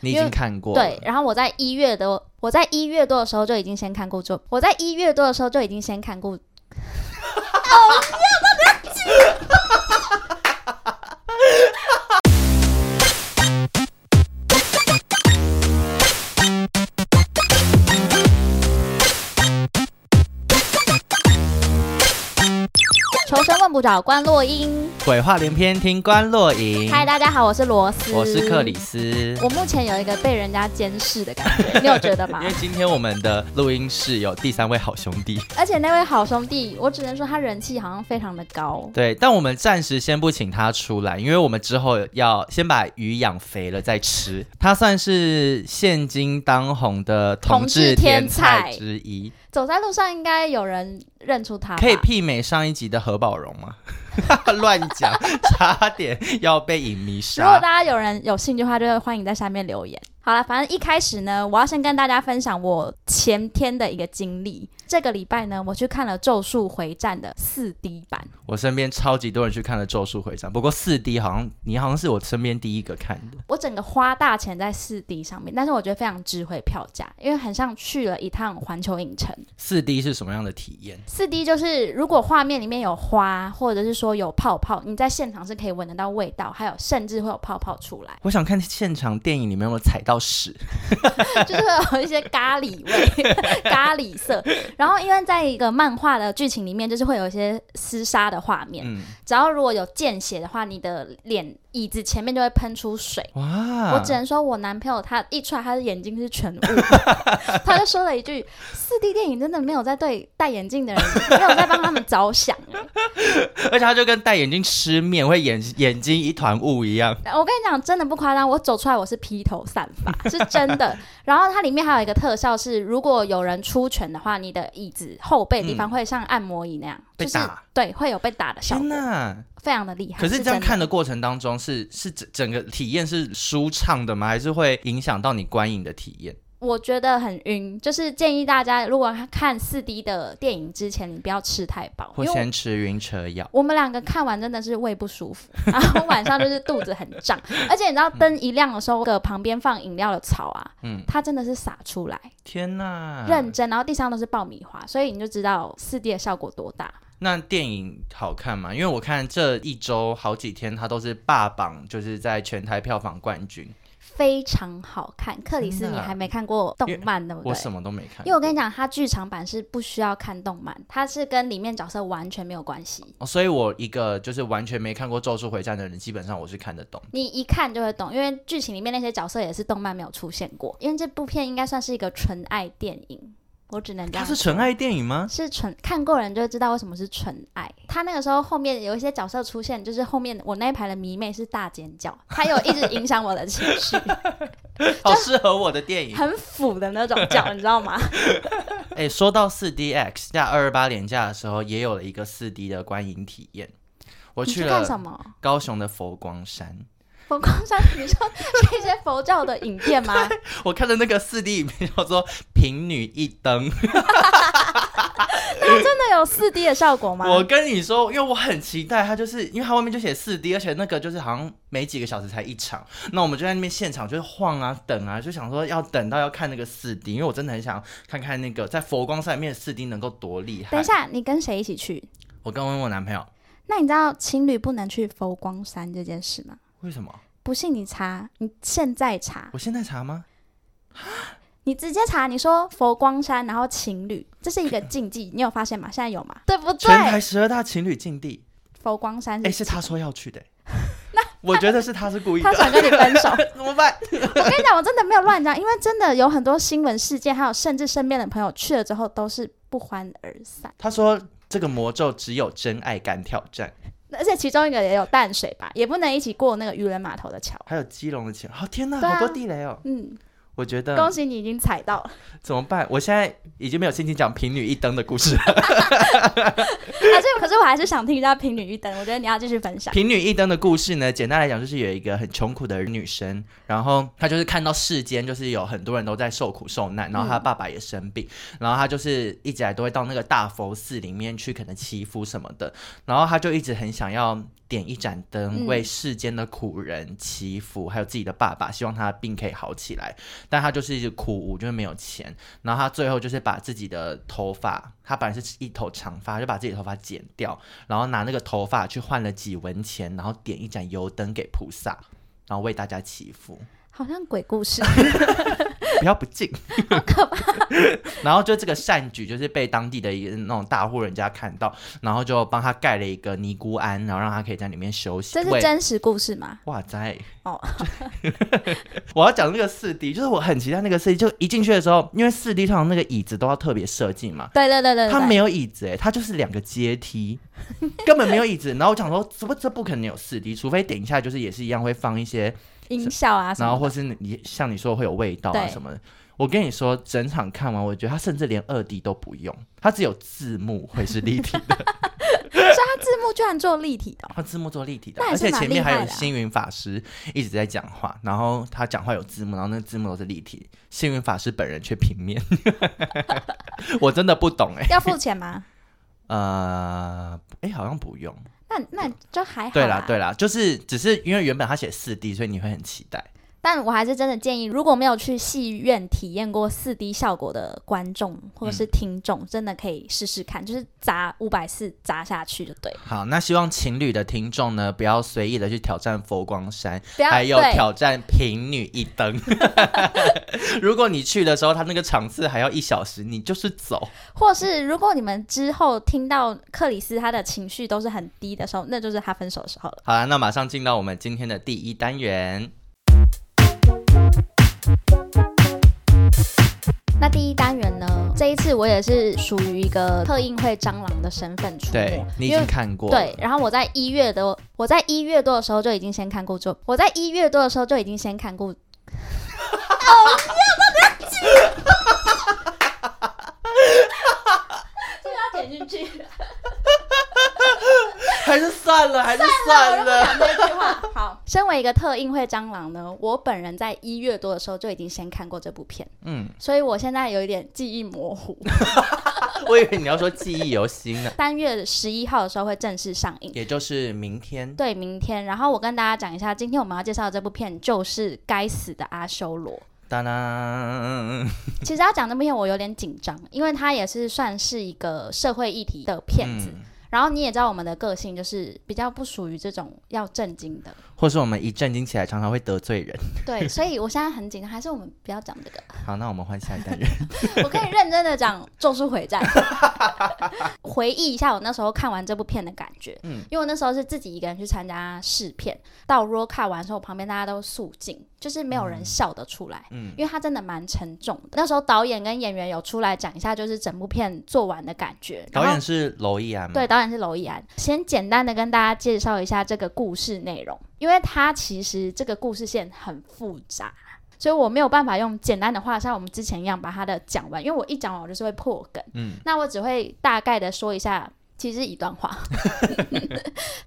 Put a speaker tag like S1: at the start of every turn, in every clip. S1: 你已
S2: 因为
S1: 经看过了，
S2: 对，然后我在一月的，我在一月多的时候就已经先看过作，我在一月多的时候就已经先看过。哦 求生问不找关洛英，
S1: 鬼话连篇，听关洛影，
S2: 嗨，大家好，我是罗斯，
S1: 嗯我是克里斯。
S2: 我目前有一个被人家监视的感觉，你有觉 得吗
S1: 因为？今天我们的录音室有第三位好兄弟，
S2: 而且那位好兄弟，我只能说他人气好像非常的高。
S1: 对，但我们暂时先不请他出来，因为我们之后要先把鱼养肥了再吃。他算是现今当红的同志天才之一，
S2: 走在路上应该有人认出他吧，
S1: 可以媲美上一集的何宝荣吗？ 乱讲，差点要被影迷
S2: 如果
S1: 杀
S2: 哦大。家有人有兴趣的话，就欢迎在下面留言。好了，反正一开始呢，我要先跟大家分享我前天的一个经历。这个礼拜呢，我去看了《咒术回战》的四 D 版，
S1: 我身边超级多人去看了《咒术回战》，不过四 D 好像你好像是我身边第一个看的。
S2: 我整个花大钱在四 D 上面，但是我觉得非常值回票价，因为很像去了一趟环球影城。
S1: 四 D 是什么样的体验？，
S2: 四 D 就是如果画面里面有花，或者是说有泡泡，你在现场是可以闻得到味道，还有甚至会有泡泡出来
S1: 我想看现场电影里面有没有踩到屎。
S2: 就是会有一些咖喱味、 咖喱色。然后因为在一个漫画的剧情里面，就是会有一些厮杀的画面，
S1: 嗯，
S2: 只要如果有见血的话，你的脸椅子前面就会喷出水。
S1: 哇！
S2: 我只能说，我男朋友他一出来，他的眼睛是全雾，他就说了一句：“四 D 电影真的没有在对戴眼镜的人，没有在帮他们着想。”
S1: 而且他就跟戴眼镜吃面会眼眼睛一团雾一样。
S2: 呃我跟你讲，真的不夸张，我走出来我是披头散发， 是真的。然后它里面还有一个特效是，如果有人出拳的话，你的椅子后背地方会像按摩椅那样，
S1: 嗯被
S2: 就是
S1: 打
S2: 对，会有被打的效果
S1: 天，哪！
S2: 非常的厉害。
S1: 可是这样
S2: 真的
S1: 看的过程当中是，是整整个体验是舒畅的吗？还是会影响到你观影的体验？
S2: 我觉得很晕，就是建议大家，如果看四 D 的电影之前，你不要吃太饱，
S1: 或
S2: 因为我。
S1: 先吃晕车药？
S2: 我们两个看完真的是胃不舒服， 然后晚上就是肚子很胀，而且你知道灯一亮的时候，个旁边放饮料的草啊，
S1: 嗯
S2: 它真的是洒出来，
S1: 天哪！
S2: 认真，然后地上都是爆米花，所以你就知道四 D 的效果多大。
S1: 那电影好看吗？因为我看这一周好几天，它都是霸榜，就是在全台票房冠军。
S2: 非常好看，克里斯，
S1: 真
S2: 你
S1: 的啊
S2: 还没看过动漫哦对不对
S1: 我？什么都没看，
S2: 因为我跟你讲，它剧场版是不需要看动漫，它是跟里面角色完全没有关系，
S1: 哦所以我一个就是完全没看过《咒术回战》的人，基本上我是看得懂。
S2: 你一看就会懂，因为剧情里面那些角色也是动漫没有出现过。因为这部片应该算是一个纯爱电影，我只能这
S1: 它
S2: 样
S1: 是。纯爱电影吗？
S2: 是纯看过人就会知道为什么是纯爱。他那个时候后面有一些角色出现，就是后面我那一排的迷妹是大尖叫，她有一直影响我的情绪。
S1: 好适合我的电影。
S2: 很腐的那种叫，你知道吗？
S1: 哎、说到四 DX，在二二八年假的时候，也有了一个四 D 的观影体验。我
S2: 你
S1: 去
S2: 干什
S1: 了
S2: 么？
S1: 高雄的佛光山，
S2: 佛光山，你说是一些佛教的影片 吗？
S1: 我看的那个四 D 影片叫做《平女一灯》。
S2: 真的有四 D 的效果吗？
S1: 我跟你说，因为我很期待，它就是因为它外面就写四 D，而且那个就是好像每几个小时才一场。那我们就在那边现场就是晃啊等啊，就想说要等到要看那个四 D，因为我真的很想看看那个在佛光山里面的四 D 能够多厉害。
S2: 等一，下，你跟谁一起去？
S1: 我跟我男朋友
S2: 那你知道情侣不能去佛光山这件事吗？
S1: 为什么？
S2: 不信你查，你现在查，
S1: 我现在查吗？
S2: 你直接查，你说佛光山，然后情侣，这是一个禁忌，你有发现吗？现在有吗？对不
S1: 全
S2: 对？
S1: 台十二大情侣禁地。
S2: 佛光山
S1: 哎、
S2: 是
S1: 是他说要 去的、我觉得是他是故意
S2: 他
S1: 的，
S2: 想跟你分手，
S1: 怎么办？
S2: 我跟你讲，我真的没有乱讲，因为真的有很多新闻事件，还有甚至身边的朋友去了之后都是不欢而散，
S1: 他说这个魔咒只有真爱敢挑战，
S2: 而且其中一个也有淡水吧，也不能一起过那个渔人码头的桥。
S1: 还有基隆的钱，哦天哪，
S2: 对啊
S1: 好多地雷哦！
S2: 嗯，
S1: 我觉得
S2: 恭喜你已经踩到了，
S1: 怎么办？我现在已经没有心情讲平女一灯的故事了。
S2: 可是可啊是我还是想听一下《平女一灯》，我觉得你要继续分享。
S1: 平女一灯的故事呢，简单来讲就是有一个很穷苦的女生，然后她就是看到世间就是有很多人都在受苦受难，然后她爸爸也生病，然后她就是一直以来都会到那个大佛寺里面去，可能祈福什么的，然后她就一直很想要点一盏灯
S2: 嗯
S1: 为世间的苦人祈福，还有自己的爸爸，希望他的病可以好起来，但她就是一直苦无，就是没有钱，然后她最后就是把自己的头发，她本来是一头长发，就把自己的头发剪掉，然后拿那个头发去换了几文钱，然后点一盏油灯给菩萨，然后为大家祈福，
S2: 好像鬼 故事，
S1: 不要不 敬，好可 怕。然后就这个善举，就是被当地的一个那种大户人家看到，然后就帮他盖了一个尼姑庵，然后让他可以在里面休息。
S2: 这是
S1: 为
S2: 真实故事吗？
S1: 哇塞！
S2: 哦，
S1: 我要讲那个四 D，就是我很期待那个四 D，就一进去的时候，因为四 D 通常那个椅子都要特别设计嘛，
S2: 对对对对对，
S1: 它
S2: 对
S1: 没有椅子、欸，它就是两个阶梯，根本没有椅子。 然后我想说，这不这不可能有四 D，除非等一下就是也是一样会放一些，
S2: 音效啊什
S1: 然后
S2: 么的，
S1: 或是你像你说会有味道啊
S2: 对
S1: 什么的。我跟你说，整场看完，我觉得它甚至连二 D 都不用，它只有字幕会是立 体的，
S2: 所以它字幕居然做立体的哦、
S1: 它字幕做立体的，
S2: 那
S1: 而
S2: 还是
S1: 且
S2: 蛮
S1: 前面
S2: 厉
S1: 还
S2: 害
S1: 有
S2: 的啊
S1: 星云法师一直在讲话，然后他讲话有字幕，然后那个字幕都是立体，星云法师本人却平面， 我真的不懂哎、
S2: 要付钱吗？
S1: 呃，哎、好像不用。
S2: 那那就还哎好。
S1: 对啦，。对啦，就是只是因为原本他写四 D，所以你会很期待。
S2: 但我还是真的建议，如果没有去戏院体验过四 D 效果的观众或者是
S1: 嗯
S2: 听众，真的可以试试看，就是砸五百四砸下去就对了，
S1: 好，那希望情侣的听众呢，不要随意的去挑战佛光山，
S2: 不要
S1: 还有
S2: 对
S1: 挑战平女一灯。 如果你去的时候，他那个场次还要一小时，你就是走。
S2: 或是如果你们之后听到克里斯他的情绪都是很低的时候，那就是他分手的时候了。
S1: 好啦，那马上进到我们今天的第一单元。
S2: 那第一单元呢，这一次我也是属于一个特映会蟑螂的身份出
S1: 对
S2: 没，
S1: 你已
S2: 因为
S1: 经看过了
S2: 对，，然后我在一月的我在一月多的时候就已经先看过这，我在一月多的时候就已经先看过。哦，不要，不要剪进去。
S1: 还是算了，还是算了。
S2: 这句话好，身为一个特映会蟑螂呢，我本人在一月多的时候就已经先看过这部片，
S1: 嗯，
S2: 所以我现在有一点记忆模糊。
S1: 我以为你要说记忆犹新呢，
S2: 三月十一号的时候会正式上映。
S1: 也就是明天。
S2: 对，明天。然后我跟大家讲一下，今天我们要介绍的这部片就是《该死的阿修罗》。
S1: 当当，
S2: 其实要讲这部片，我有点紧张，因为它也是算是一个社会议题的片子。
S1: 嗯
S2: 然后你也知道我们的个性就是比较不属于这种要震惊的，
S1: 或是我们一震惊起来，常常会得罪人。
S2: 对，所以我现在很紧张，还是我们不要讲这个，
S1: 好，那我们换下一单 元。
S2: 我可以认真的讲《咒术回战》， 回忆一下我那时候看完这部片的感觉，
S1: 嗯
S2: 因为我那时候是自己一个人去参加试片，到 r o 看完的时候，我旁边大家都肃静，就是没有人笑得出来，
S1: 嗯
S2: 因为它真的蛮沉重的。那时候导演跟演员有出来讲一下，就是整部片做完的感觉。
S1: 导
S2: 然
S1: 演
S2: 后
S1: 是娄艺安吗？
S2: 对，，导演是娄艺安。先简单的跟大家介绍一下这个故事内容，因为它其实这个故事线很复杂，所以我没有办法用简单的话像我们之前一样把它的讲完，因为我一讲完我就是会破梗。
S1: 嗯，
S2: 那我只会大概的说一下，其实一段话。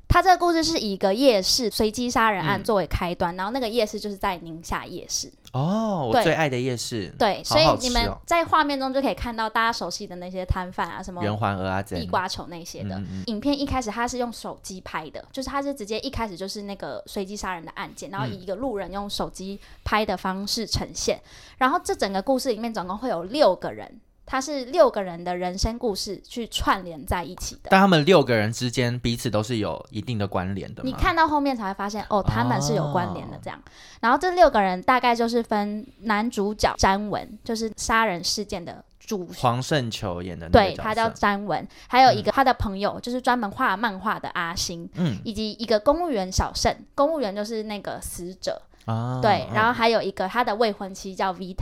S2: 他这个故事是以一个夜市随机杀人案作为开端，然后那个夜市就是在宁夏夜市。
S1: 哦，我
S2: 对
S1: 最爱的夜市，
S2: 对，
S1: 好
S2: 所以
S1: 好
S2: 你
S1: 吃
S2: 们
S1: 哦
S2: 在画面中就可以看到大家熟悉的那些摊贩啊，什么
S1: 圆环鹅阿珍嗯
S2: 地，瓜球那些的。影片一开始他是用手机拍的，就是他是直接一开始就是那个随机杀人的案件，然后以
S1: 嗯
S2: 一个路人用手机拍的方式呈现。然后这整个故事里面总共会有六个人，他是六个人的人生故事去串联在一起的。
S1: 但他们六个人之间彼此都是有一定的关联的哦嘛。
S2: 你看到后面才会发现，哦，他们是有关联的这样。然后这六个人大概就是分男主角詹文，就是杀人事件的主
S1: 黄圣球演的那个
S2: 对
S1: 角色，
S2: 他叫詹文，还有一个他的朋友，就是专门画漫画的阿星，
S1: 嗯
S2: 以及一个公务员小盛，公务员就是那个死者，
S1: 啊，
S2: 对，然
S1: 后
S2: 后还有一个他的未婚妻叫 Vita，、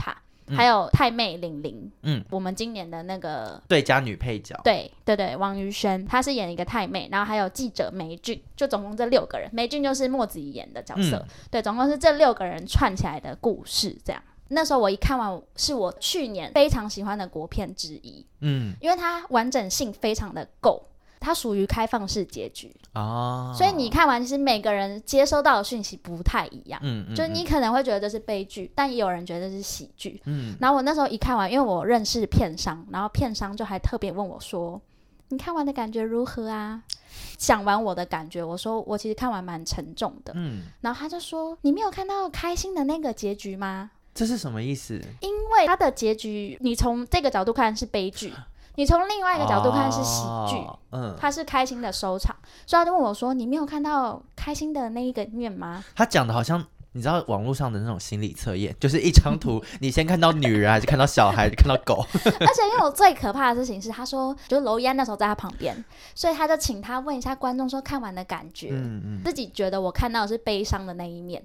S1: 嗯
S2: 还有太妹玲玲，
S1: 嗯，
S2: 我们今年的那个
S1: 最佳女配角，
S2: 对对对，王于轩，她是演一个太妹，然后还有记者梅俊，就总共这六
S1: 嗯
S2: 个人，梅俊就是莫子仪演的角色，对，总共是这六个人串起来的故事这样。那时候我一看完，是我去年非常喜欢的国片之一，
S1: 嗯
S2: 因为它完整性非常的够，它属于开放式结局，
S1: 哦，
S2: 所以你看完，其实每个人接收到的讯息不太一样。
S1: 嗯，嗯
S2: 就是你可能会觉得这是悲剧，但也有人觉得这是喜剧。
S1: 嗯
S2: 然后我那时候一看完，因为我认识片商，然后片商就还特别问我说：“你看完的感觉如何啊？”讲完我的感觉，我说我其实看完蛮沉重的。
S1: 嗯，
S2: 然后他就说：“你没有看到开心的那个结局吗？
S1: 这是什么意思？
S2: 因为它的结局，你从这个角度看是悲剧，你从另外一个角度看是喜剧。
S1: 哦，嗯，
S2: 它是开心的收场，所以他就问我说：“你没有看到开心的那一个面吗？”
S1: 他讲的好像。你知道网络上的那种心理测验， 就是一张 图，你先看到女人，还是看到小孩，还是看到狗？
S2: 而且因为我最可怕的事情是，他说就是娄艺安那时候在他旁边，所以他就请他问一下观众说看完的感觉，
S1: 嗯
S2: 自己觉得我看到的是悲伤的那一面。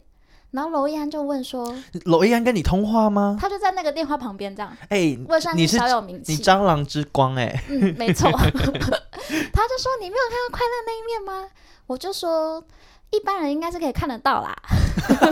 S2: 然后娄艺安就问说，
S1: 嗯，娄艺安跟你通话吗？
S2: 他就在那个电话旁边这样，
S1: 哎、
S2: 问算
S1: 你是
S2: 小有名
S1: 你
S2: 气，
S1: 蟑螂之光哎、
S2: 嗯，没错。 他就说你没有看到快乐那一面吗？我就说一般人应该是可以看得到啦，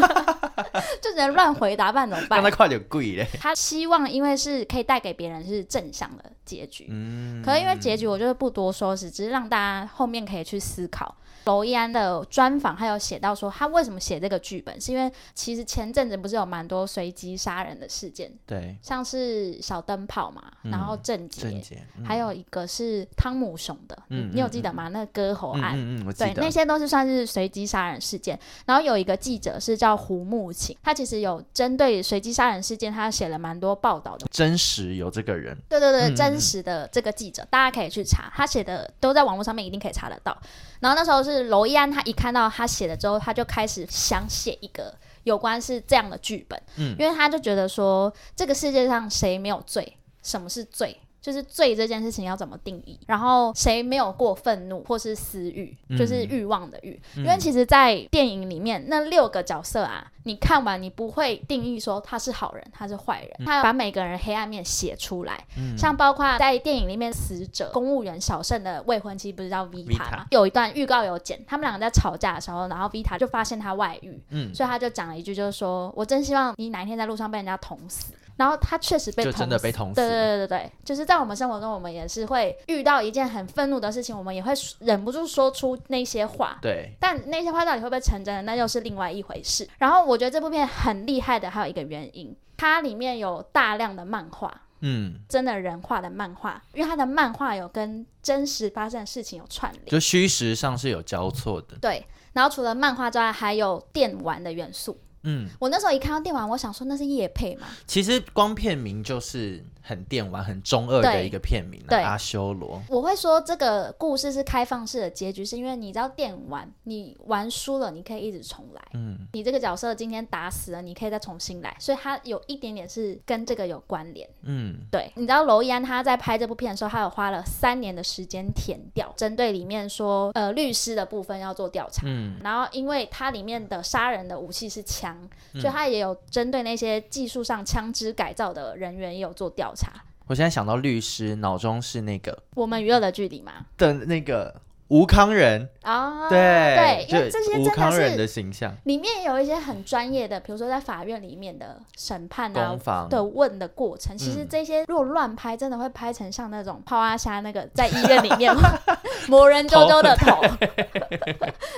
S2: 就只能乱回答，不然怎么
S1: 让
S2: 办
S1: 他？快点跪嘞。
S2: 他希望因为是可以带给别人是正向的结局，
S1: 嗯
S2: 可是因为结局，我就是不多说，只只是让大家后面可以去思考。娄艺安的专访还有写到说，他为什么写这个剧本，是因为其实前阵子不是有蛮多随机杀人的事件，
S1: 对
S2: 像是小灯泡嘛，
S1: 嗯
S2: 然后郑洁，
S1: 郑洁、嗯
S2: 还有一个是汤姆熊的，
S1: 嗯
S2: 你你有记得吗？那个割喉
S1: 嗯
S2: 案。
S1: 嗯嗯，我记
S2: 对，那
S1: 得。
S2: 些都是算是随机杀人事件。然后有一个记者是叫胡慕晴，他其实有针对随机杀人事件，他写了蛮多报道的。
S1: 真实有这个人，
S2: 对对对，
S1: 嗯嗯嗯
S2: 真实的这个记者，大家可以去查，他写的都在网络上面一定可以查得到。然后那时候是娄艺安，他一看到他写的之后，他就开始想写一个有关是这样的剧本，
S1: 嗯
S2: 因为他就觉得说这个世界上谁没有罪，什么是罪？就是罪这件事情要怎么定义，然后谁没有过愤怒或是私欲，就是
S1: 嗯
S2: 欲望的欲。
S1: 嗯
S2: 因为其实，在电影里面那六个角色啊，你看完你不会定义说他是好人，他是坏人，他把每个人黑暗面写出来。
S1: 嗯
S2: 像包括在电影里面，死者公务员小胜的未婚妻不是叫 Vita
S1: Vita
S2: 吗有一段预告有剪，他们两个在吵架的时候，然后 Vita 就发现他外遇，
S1: 嗯，
S2: 所以他就讲了一句，就是说我真希望你哪一天在路上被人家捅死。然后他确实被
S1: 就
S2: 捅死，
S1: 真的被捅死
S2: 对
S1: 了。
S2: 对对对对，就是在我们生活中，我们也是会遇到一件很愤怒的事情，我们也会忍不住说出那些话。
S1: 对，
S2: 但那些话到底会不会成真的，那又是另外一回事。然后我觉得这部片很厉害的还有一个原因，它里面有大量的漫画，
S1: 嗯，
S2: 真的人画的漫画，因为它的漫画有跟真实发生的事情有串联。
S1: 就虚实上是有交错的。
S2: 对，然后除了漫画之外，还有电玩的元素。
S1: 嗯，
S2: 我那时候一看到电玩，我想说那是叶配嘛，
S1: 其实光片名就是很电玩、很中二的
S2: 对
S1: 一个片名、啊，
S2: 对
S1: 阿修罗。
S2: 我会说这个故事是开放式的结局，是因为你知道电玩，你玩输了，你可以一直重来。
S1: 嗯，
S2: 你这个角色今天打死了，你可以再重新来，所以它有一点点是跟这个有关联。
S1: 嗯，
S2: 对，你知道娄艺安他在拍这部片的时候，他有花了三年的时间填掉，针对里面说呃律师的部分要做调查。
S1: 嗯，
S2: 然后，因为它里面的杀人的武器是枪，所以他也有针对那些技术上枪支改造的人员也有做调查。
S1: 我现在想到律师，脑中是那个
S2: 我们娱乐的距离嘛，
S1: 的那个吴康仁，
S2: 啊，
S1: 对
S2: 对，因为这
S1: 就
S2: 些真
S1: 吴
S2: 的
S1: 康仁
S2: 是
S1: 的形象，
S2: 里面有一些很专业的，比如说在法院里面的审判啊
S1: 攻防
S2: 的问的过程，其
S1: 嗯
S2: 实这些如果乱拍，真的会拍成像那种泡阿虾那个在医院里面 磨人啾啾的头，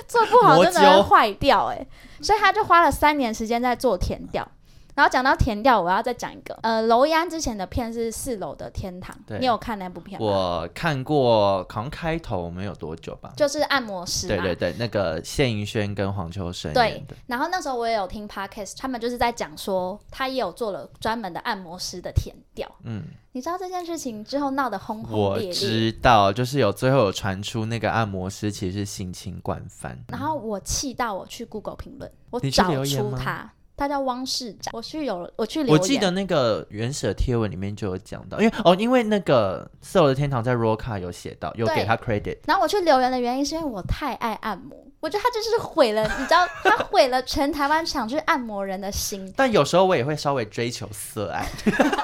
S2: 做不好真的
S1: 磨啾
S2: 会坏掉哎、所以他就花了三年时间在做填调。然后讲到填调，我要再讲一个，呃，娄艺安之前的片是《四楼的天堂
S1: 对》，
S2: 你有看那部片吗？
S1: 我看过，好像开头没有多久吧。
S2: 就是按摩师嘛，
S1: 对对对，那个谢盈萱跟黄秋生
S2: 对
S1: 演的，
S2: 然后那时候我也有听 podcast，他们就是在讲说，他也有做了专门的按摩师的填调。
S1: 嗯，
S2: 你知道这件事情之后闹得轰轰
S1: 我
S2: 烈烈，
S1: 知道，就是有最后有传出那个按摩师其实是性侵惯犯，
S2: 然后我气到我去 Google 评论，我
S1: 你去
S2: 找
S1: 留言
S2: 出
S1: 吗
S2: 他，他叫汪市长，我去有我去留
S1: 我
S2: 言，
S1: 记得那个原始的贴文里面就有讲到，因为哦，因为那个《四楼的天堂》在 Roca 有写到，有
S2: 对
S1: 给他 credit，
S2: 然后我去留言的原因是因为我太爱按摩，我觉得他就是毁了，你知道，他毁了全台湾想去按摩人 的心。
S1: 但有时候我也会稍微追求色爱。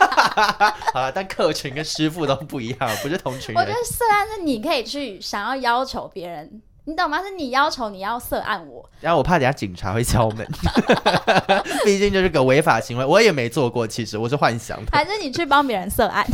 S1: 好了，但客群跟师傅都不一样，不是同群
S2: 我觉
S1: 人
S2: 得。虽然是你可以去想要要求别人你懂吗？是你要求你要色按我，
S1: 然后我怕等下警察会敲门， 毕竟这是个违法行为，我也没做过，其实我是幻想的，
S2: 还是你去帮别人色按？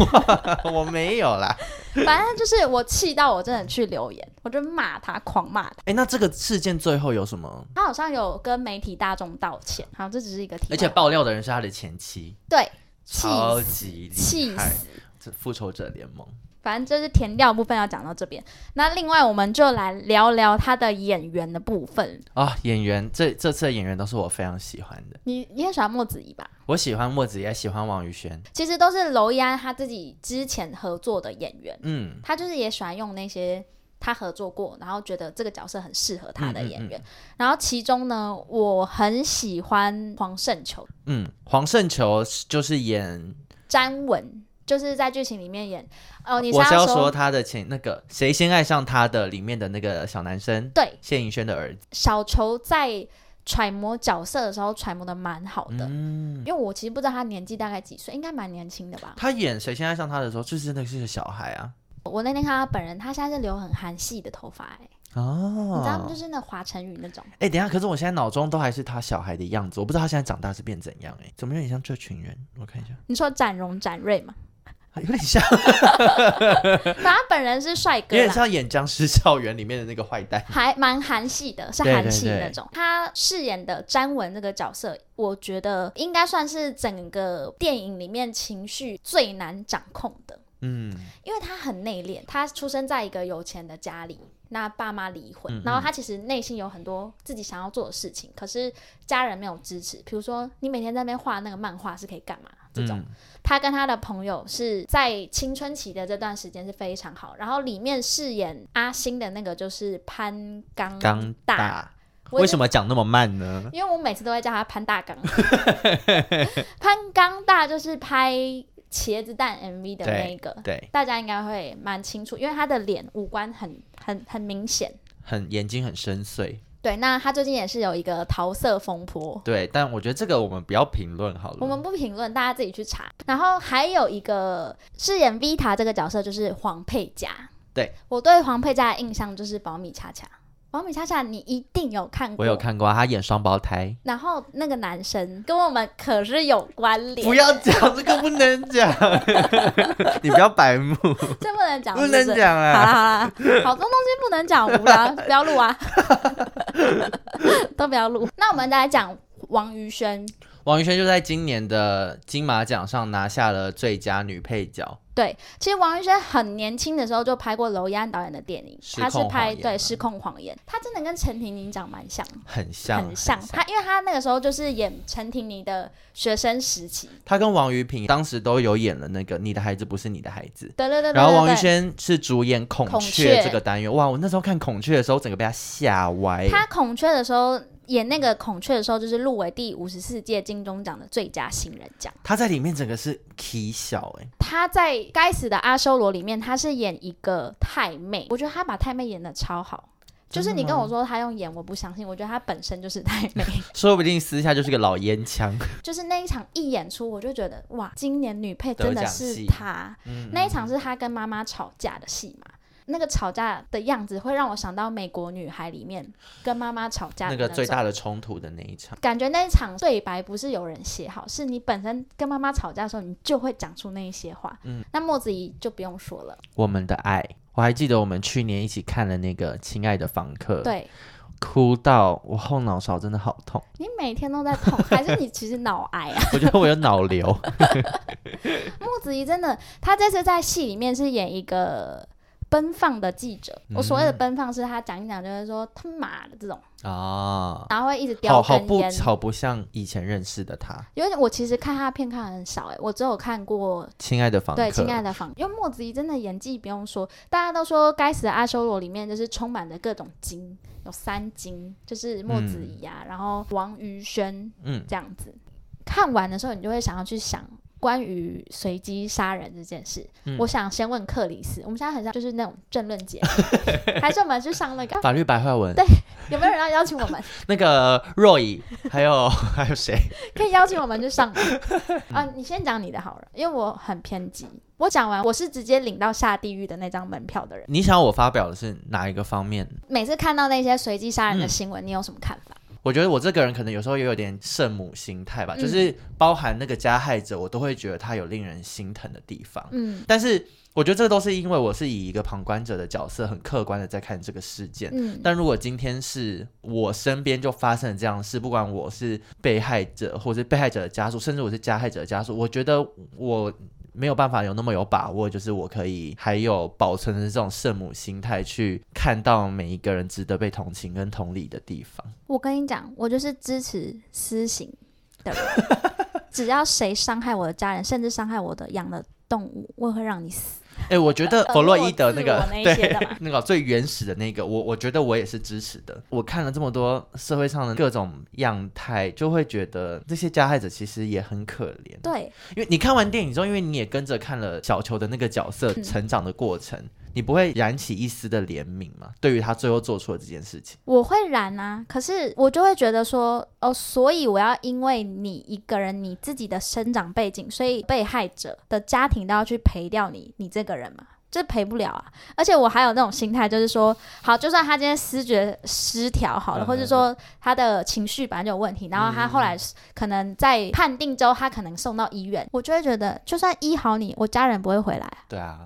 S1: 我没有啦。
S2: 反正就是我气到我真的去留言，我就骂他，狂骂他。
S1: 哎、那这个事件最后有什么？
S2: 他好像有跟媒体大众道歉，好，这只是一个题外话。
S1: 而且爆料的人是他的前妻，
S2: 对，气
S1: 超
S2: 死
S1: 级厉
S2: 气
S1: 害，
S2: 死。
S1: 这复仇者联盟。
S2: 反正就是填料部分要讲到这边，那另外我们就来聊聊他的演员的部分。
S1: 啊、演员这这次的演员都是我非常喜欢的，
S2: 你你也喜欢莫子仪吧？
S1: 我喜欢墨子，也喜欢王宇轩。
S2: 其实都是娄艺安他自己之前合作的演员，
S1: 嗯，
S2: 他就是也喜欢用那些他合作过，然后觉得这个角色很适合他的演员。然后其中呢，我很喜欢黄圣球、
S1: 嗯，黄圣球是就是演，
S2: 詹文，就是在剧情里面演哦，你
S1: 我是要
S2: 要
S1: 说他的前那个《谁先爱上他的》里面的那个小男生
S2: 对
S1: 谢盈萱的儿子。
S2: 小球在揣摩角色的时候揣摩的蛮好的，因为我其实不知道他年纪大概几岁，应该蛮年轻的吧。
S1: 嗯他演《谁先爱上他》的时候，就是真的是个小孩啊。
S2: 我那天看他本人，他现在是留很韩系的头发、欸，你知道吗？
S1: 哦
S2: 就，是那华晨宇那种。
S1: 哎、等一下，可是我现在脑中都还是他小孩的样子，我不知道他现在长大是变怎样、哎，怎么有点像这群人？我看一下，
S2: 你说展荣展瑞嘛，
S1: 啊有点像，
S2: 反正他本人是帅
S1: 有
S2: 哥
S1: 点
S2: 啦，
S1: 像演《僵尸校园》里面的那个坏蛋。
S2: 还蛮韩系的，是
S1: 对
S2: 韩
S1: 对
S2: 系
S1: 对
S2: 那种。他饰演的詹文这个角色，我觉得应该算是整个电影里面情绪最难掌控的。
S1: 嗯，
S2: 因为他很内敛，他出生在一个有钱的家里，那爸妈离婚，
S1: 嗯
S2: 然后他其实内心有很多自己想要做的事情，可是家人没有支持。比如说，你每天在那边画那个漫画是可以干嘛？这种，
S1: 嗯
S2: 他跟他的朋友是在青春期的这段时间是非常好。然后里面饰演阿星的那个就是潘刚
S1: 刚
S2: 嗯大，
S1: 大，
S2: 我
S1: 为什么讲那么慢呢？
S2: 因为我每次都会叫他潘 大刚，潘刚大就是拍茄子蛋 MV 的那
S1: 对
S2: 一个，
S1: 对，
S2: 大家应该会蛮清楚，因为他的脸五官很很很明显。
S1: 很眼睛很深邃，
S2: 对，那他最近也是有一个桃色风波，
S1: 对，但我觉得这个我们不要评论好了。
S2: 我们不评论，大家自己去查。然后还有一个饰演 Vita 这个角色就是黄佩嘉。
S1: 对，
S2: 我对黄佩嘉的印象就是保米恰恰，保米恰恰你一定有看过，
S1: 我有。看过啊他演双胞胎，
S2: 然后那个男生跟我们可是有关联，
S1: 不要讲这个，不能 讲，你不要白目，
S2: 这不能讲，
S1: 不
S2: 是
S1: 能
S2: 是
S1: 讲
S2: 好啦
S1: 啊。
S2: 好啦，好多东西不能讲，无聊，不要录啊，都不要录。那我们再来讲王宇轩，
S1: 王宇轩就在今年的金马奖上拿下了最佳女配角，
S2: 对，其实王宇轩很年轻的时候就拍过娄艺安导演的电影，
S1: 失
S2: 他是
S1: 控
S2: 拍
S1: 谎言
S2: 对《
S1: 嘛
S2: 失控谎言》，他真的跟陈婷妮长蛮像，
S1: 很像，
S2: 很像。他因为他那个时候就是演陈婷妮的学生时期，
S1: 他跟王宇平当时都有演了那个《你的孩子不是你的孩子》。
S2: 对对对对对对。
S1: 然后王宇轩是主演《孔
S2: 孔
S1: 雀
S2: 雀》
S1: 这个单元，哇！我那时候看《孔雀》的时候，整个被他吓歪。
S2: 他孔雀的时候演那个孔雀的时候，就是入围第五十四届金钟奖的最佳新人奖。
S1: 他在里面整个是 k 小哎、
S2: 他在《该死的阿修罗》里面，他是演一个太妹，我觉得他把太妹演的超好。就是你跟我说他用演，我不相信。我觉得他本身就是太 妹，
S1: 说不定私下就是个老烟枪。
S2: 就是那一场一演出，我就觉得哇，今年女配真的
S1: 得奖
S2: 是
S1: 戏
S2: 她。
S1: 嗯
S2: 那一场是她跟妈妈吵架的戏嘛，那个吵架的样子会让我想到《美国女孩》里面跟妈妈吵架的
S1: 那
S2: 种
S1: 个最大的冲突的那一场，
S2: 感觉那一场对白不是有人写好，是你本身跟妈妈吵架的时候，你就会讲出那一些话。嗯，那莫子仪就不用说了，
S1: 我们的爱，我还记得我们去年一起看了那个《亲爱的房客》，，
S2: 对。
S1: 哭到我后脑勺真的好痛，
S2: 你每天都在痛， 还是你其实脑癌啊？
S1: 我觉得我有脑瘤。
S2: 莫子仪真的，她这次在戏里面是演一个奔放的记者。
S1: 嗯
S2: 我所谓的奔放，是她讲一讲，就是说他妈的这种，
S1: 啊，
S2: 然后会一直叼
S1: 好好
S2: 根
S1: 不
S2: 烟。
S1: 好不像以前认识的他，《
S2: 因为我其实看她的片看得很少、欸，我只有看过
S1: 亲爱的房客》
S2: 对《亲爱的访》，因为莫子仪真的演技不用说，大家都说《该死的阿修罗》里面就是充满了各种金，有三金，就是莫子仪啊，然后王宇轩，
S1: 嗯
S2: 这样子。看完的时候，你就会想要去想关于随机杀人这件事，
S1: 嗯
S2: 我想先问克里斯，我们现在很像就是那种政论节目， 还是我们去上那个？
S1: 法律白话文
S2: 对，有没有人要邀请我们？
S1: 那个若以，还有 还有谁？
S2: 可以邀请我们去上吗？啊，你先讲你的好了，因为我很偏激。我讲完，我是直接领到下地狱的那张门票的人。
S1: 你想要我发表的是哪一个方面？
S2: 每次看到那些随机杀人的新闻，你有什么看法？
S1: 我觉得我这个人可能有时候也有点圣母心态吧，
S2: 嗯
S1: 就是包含那个加害者，我都会觉得他有令人心疼的地方。
S2: 嗯
S1: 但是我觉得这都是因为我是以一个旁观者的角色，很客观的在看这个事件。
S2: 嗯
S1: 但如果今天是我身边就发生了这样的事，不管我是被害者，或是被害者的家属，甚至我是加害者的家属，我觉得我没有办法有那么有把握，就是我可以还有保存着这种圣母心态去看到每一个人值得被同情跟同理的地方。
S2: 我跟你讲，我就是支持私刑的人。只要谁伤害我的家人，甚至伤害我的养的动物，我会让你死。
S1: 哎、我觉得弗洛伊德那个
S2: 呃自我那一 些
S1: 对
S2: 的嘛
S1: 那个最原始的那个，我我觉得我也是支持的。我看了这么多社会上的各种样态，就会觉得这些加害者其实也很可怜。
S2: 对，
S1: 因为你看完电影之后，因为你也跟着看了小球的那个角色
S2: 嗯
S1: 成长的过程，你不会燃起一丝的怜悯吗？对于他最后做出的这件事情，
S2: 我会染啊，可是我就会觉得说，哦，所以我要因为你一个人，你自己的生长背景，所以被害者的家庭都要去赔掉你，你这个人嘛，这赔不了啊。而且我还有那种心态，就是说，好，就算他今天思觉失调好了，
S1: 嗯
S2: 或者说他的情绪本来就有问题，然后他后来可能在判定之后，他可能送到医院，我就会觉得，就算医好你，我家人不会回来啊，
S1: 对啊，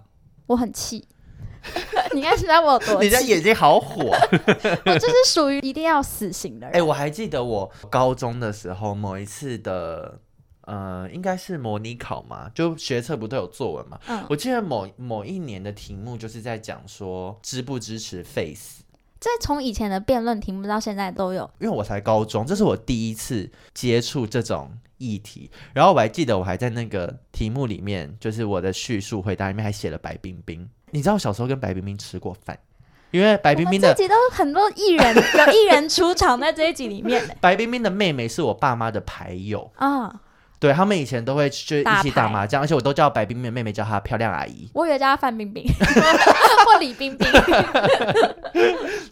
S2: 我很气。 你看现在我有 多
S1: 你的
S2: 气？
S1: 眼睛好火。
S2: 我就是属于一定要死刑的人
S1: 哎、。我还记得我高中的时候某一次的，呃，应该是模拟考嘛，就学测不都有作文嘛？
S2: 嗯
S1: 我记得某某一年的题目就是在讲说支不支持 face，
S2: 这从以前的辩论题目到现在都有，
S1: 因为我才高中，这是我第一次接触这种议题。然后我还记得我还在那个题目里面，就是我的叙述回答里面还写了白冰冰。你知道我小时候跟白冰冰吃过饭，因为白冰冰
S2: 我
S1: 哎的
S2: 们这集都很多艺 人有艺人出场在这一集里面的
S1: 白冰冰的妹妹是我爸妈的牌友。
S2: 啊、
S1: 对他们以前都会去就
S2: 打
S1: 一起打
S2: 牌
S1: 麻将，而且我都叫白冰冰的妹妹叫她漂亮阿姨，
S2: 我以为叫他范 冰冰或李冰冰，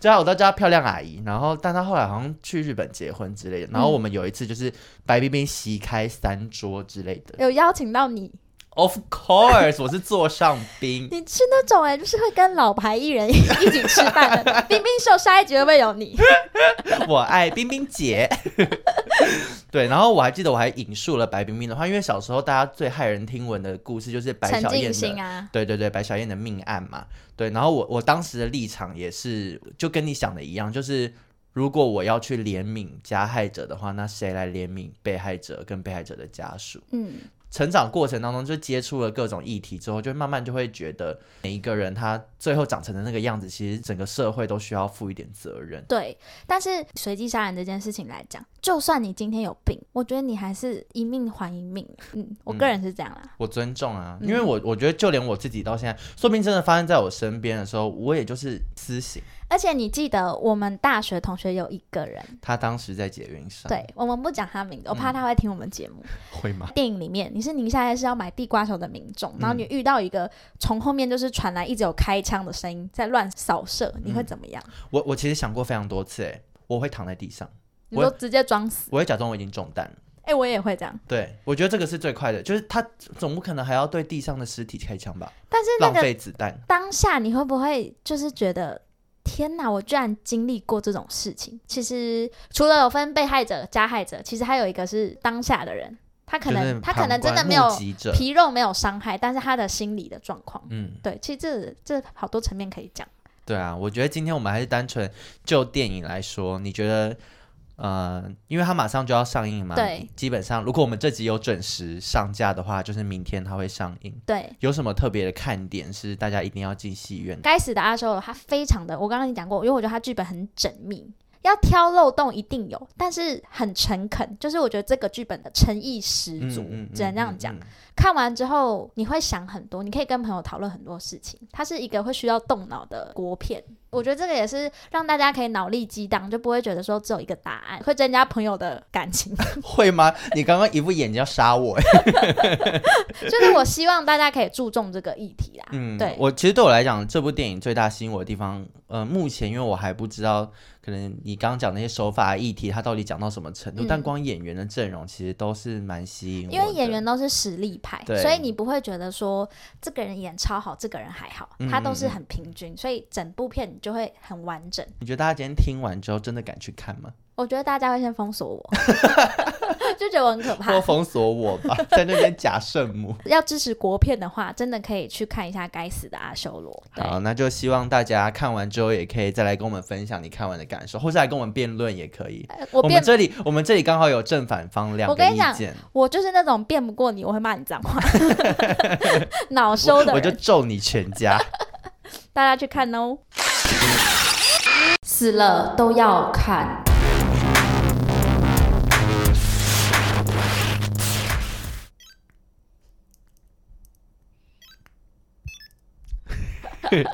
S1: 对啊，我都叫她漂亮阿姨。然后，但她后来好像去日本结婚之类的。然后
S2: 嗯
S1: 我们有一次就是白冰冰席开三桌之类的。
S2: 有邀请到你，
S1: Of course，我是座上宾。
S2: 你是那种哎、就是会跟老牌艺人一起吃 饭的。冰冰秀下一集会不会有你？
S1: 我爱冰冰姐。 对，然后我还记得我还引述了白冰冰的话，因为小时候大家最骇人听闻的故事就是白
S2: 陈
S1: 哎小燕
S2: 静
S1: 的
S2: 心。啊，
S1: 对对对，白小燕的命案嘛，对，然后我我当时的立场也是就跟你想的一样，就是如果我要去怜悯加害者的话，那谁来怜悯被害者跟被害者的家属？
S2: 嗯，
S1: 成长过程当中就接触了各种议题之后，就慢慢就会觉得每一个人他最后长成的那个样子，其实整个社会都需要负一点责任。
S2: 对。但是随机杀人这件事情来讲，就算你今天有病，我觉得你还是一命还一命。嗯，我个人是这样啦。
S1: 我尊重啊，
S2: 嗯
S1: 因为我我觉得就连我自己到现在，说不定真的发生在我身边的时候，我也就是私刑。
S2: 而且你记得我们大学同学有一个人，
S1: 他当时在捷运上，，
S2: 对我们不讲他名字，我
S1: 嗯
S2: 怕他会听我们节目。
S1: 会吗？
S2: 电影里面，你是宁夏夜市要买地瓜球的民众，
S1: 啊嗯
S2: 然后你遇到一个从后面就是传来一直有开枪的声音在乱扫射，你会怎么样？
S1: 我我其实想过非常多次、哎，我会躺在地上，
S2: 你就直接装死。
S1: 我会假装我已经中弹了。
S2: 哎、我也会这样，
S1: 对，我觉得这个是最快的，就是他总不可能还要对地上的尸体开枪吧，
S2: 但是那
S1: 浪
S2: 个
S1: 费子弹。
S2: 当下你会不会就是觉得？天哪！我居然经历过这种事情。其实除了有分被害者、加害者，其实还有一个是当下的人，他可能、
S1: 就是
S2: 他可能
S1: 旁
S2: 真的
S1: 观
S2: 没有
S1: 目击者，
S2: 皮肉没有伤害，但是他的心理的状况，
S1: 嗯，
S2: 对，其实这这好多层面可以讲。
S1: 对啊，我觉得今天我们还是单纯就电影来说，你觉得？呃，因为它马上就要上映嘛，
S2: 对，
S1: 基本上如果我们这集有准时上架的话，就是明天它会上映。
S2: 对，
S1: 有什么特别的看点是大家一定要进戏院的？
S2: 该死的阿修罗，他非常的，我刚刚跟你讲过，因为我觉得他剧本很缜密，要挑漏洞一定有，但是很诚恳，就是我觉得这个剧本的诚意十足，嗯只能这样讲。
S1: 嗯嗯嗯
S2: 看完之后你会想很多，你可以跟朋友讨论很多事情，它是一个会需要动脑的国片，我觉得这个也是让大家可以脑力激荡，就不会觉得说只有一个答案，会增加朋友的感情。
S1: 会吗？你刚刚一副眼睛要杀我，欸
S2: 就是我希望大家可以注重这个议题啦。
S1: 嗯，
S2: 对
S1: 我其实对我来讲，这部电影最大吸引我的地方，呃，目前因为我还不知道，可能你刚刚讲那些手法议题，它到底讲到什么程度，
S2: 嗯
S1: 但光演员的阵容其实都是蛮吸引我的，
S2: 因为演员都是实力派，
S1: 对
S2: 所以你不会觉得说这个人演超好，这个人还好，
S1: 嗯
S2: 他都是很平均，所以整部片你就会很完整。
S1: 你觉得大家今天听完之后，真的敢去看 吗？
S2: 我觉得大家会先封锁我， 就觉得我很可怕
S1: 或。封锁我 吧，在那边假圣母。
S2: 要支持国片的话，真的可以去看一下《该死的阿修罗》。对，
S1: 好，那就希望大家看完之后，也可以再来跟我们分享你看完的感受，或是来跟我们辩论也可以。
S2: 呃
S1: 我
S2: 我辩
S1: 们这里，我们这里刚好有正反方两
S2: 我
S1: 个
S2: 跟你
S1: 意
S2: 讲
S1: 见，
S2: 我就是那种辩不过你，我会骂你脏话， 恼羞
S1: 我
S2: 的
S1: 我就
S2: 人，
S1: 咒你全家。
S2: 大家去看哦。死了都要看。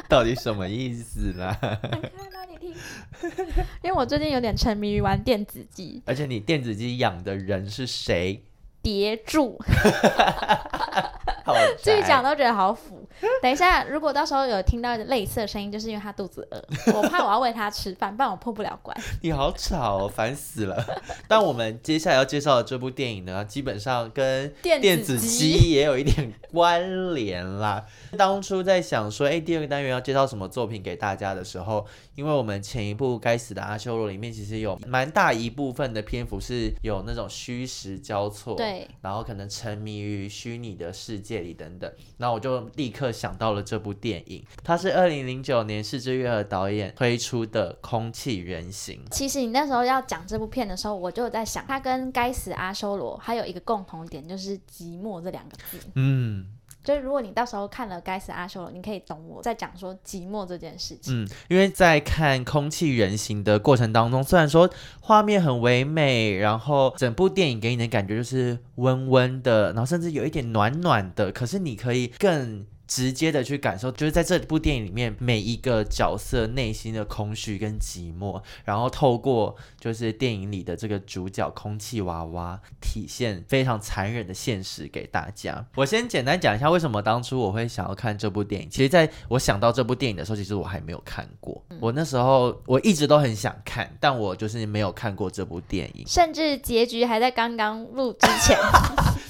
S1: 到底什么意思 啦？
S2: 看到你听，因为我最近有点沉迷于玩电子机，
S1: 而且你电子鸡养的人是谁？
S2: 叠 住，
S1: 好
S2: 自己
S1: 宅
S2: 讲都觉得好腐。等一下，如果到时候有听到类似的声音，就是因为他肚子 饿，我怕我要喂他吃饭，不然我破不了关。
S1: 你好吵、哦，烦死了。但我们接下来要介绍的这部电影呢，基本上跟
S2: 电
S1: 电
S2: 子
S1: 子
S2: 鸡，
S1: 鸡也有一点关联啦。 当初在想说，哎、第二个单元要介绍什么作品给大家的时候，因为我们前一部《该死的阿修罗》里面其实有蛮大一部分的篇幅是有那种虚实交错，，
S2: 对，
S1: 然后可能沉迷于虚拟的世界里等等。那我就立刻想到了这部电影，它是二零零九年是枝裕和导演推出的《空气人形》。
S2: 其实你那时候要讲这部片的时候，我就有在想，它跟《该死阿修罗》还有一个共同点，就是“寂寞”这两个字。
S1: 嗯，
S2: 就是如果你到时候看了《该死阿修罗》，你可以懂我在讲说寂寞这件事情。
S1: 嗯，因为在看《空气人形》的过程当中，虽然说画面很唯美，然后整部电影给你的感觉就是温温的，然后甚至有一点暖暖的，可是你可以更。直接的去感受，就是在这部电影里面每一个角色内心的空虚跟寂寞，然后透过就是电影里的这个主角空气娃娃，体现非常残忍的现实给大家。我先简单讲一下为什么当初我会想要看这部电影。其实，在我想到这部电影的时候，其实我还没有看过。
S2: 嗯
S1: 我那时候我一直都很想看，但我就是没有看过这部电影，
S2: 甚至结局还在刚刚录之前